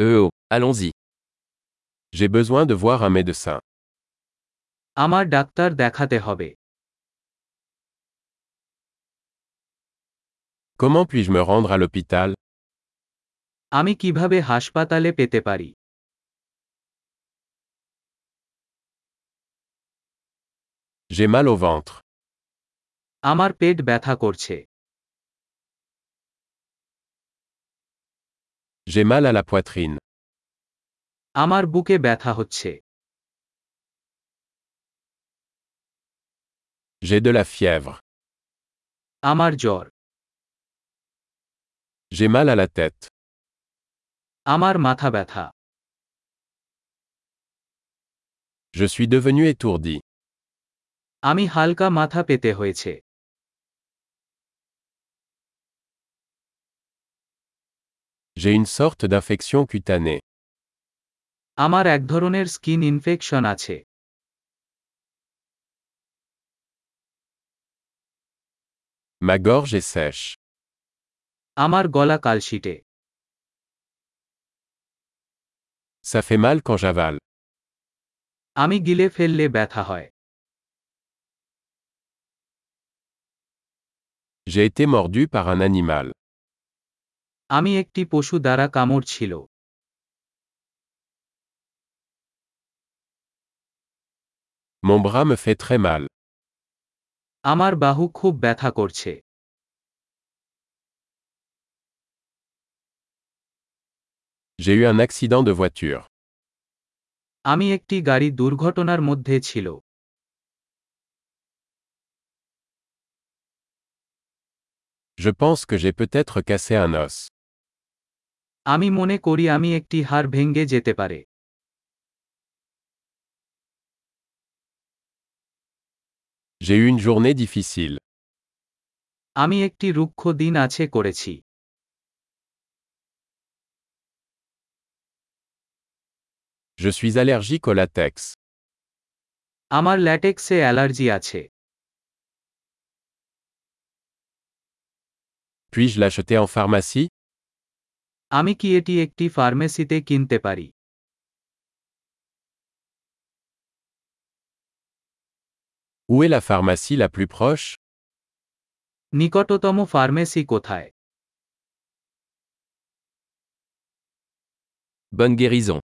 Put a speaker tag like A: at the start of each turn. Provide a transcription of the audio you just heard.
A: Euh oh, allons-y.
B: J'ai besoin de voir un médecin.
C: আমার ডাক্তার দেখাতে হবে
B: Comment puis-je me rendre à l'hôpital
C: আমি কিভাবে হাসপাতালে পেতে পারি
B: J'ai mal au ventre.
C: আমার পেট ব্যথা করছে
B: J'ai mal à la poitrine.
C: আমার বুকে ব্যথা হচ্ছে
B: J'ai de la fièvre.
C: আমার জ্বর
B: J'ai mal à la tête.
C: আমার মাথা ব্যথা
B: Je suis devenu étourdi.
C: আমি হালকা মাথা পেতে হয়েছে
B: J'ai une sorte d'infection cutanée.
C: আমার এক ধরনের স্কিন ইনফেকশন আছে
B: Ma gorge est sèche.
C: আমার গলা কালশিটে
B: Ça fait mal quand j'avale.
C: আমি গিলে ফেললে ব্যথা হয়
B: J'ai été mordu par un animal.
C: আমি একটি পশু দ্বারা কামড় ছিল
B: Mon bras me fait très mal.
C: আমার বাহু খুব ব্যথা করছে
B: J'ai eu un accident de voiture.
C: আমি একটি গাড়ি দুর্ঘটনার মধ্যে ছিল
B: Je pense que j'ai peut-être cassé un os.
C: আমি মনে করি আমি একটি হাড় ভেঙে যেতে পারে
B: J'ai eu une journée difficile.
C: আমি একটি রুক্ষ দিন আছে করেছি
B: Je suis allergique au latex.
C: আমার ল্যাটেক্সে অ্যালার্জি আছে
B: Puis-je l'acheter en pharmacie
C: আমি কি এটি একটি ফার্মেসিতে কিনতে পারি
B: Où est la pharmacie la plus proche
C: নিকটতম ফার্মেসি কোথায়
A: Bonne guérison.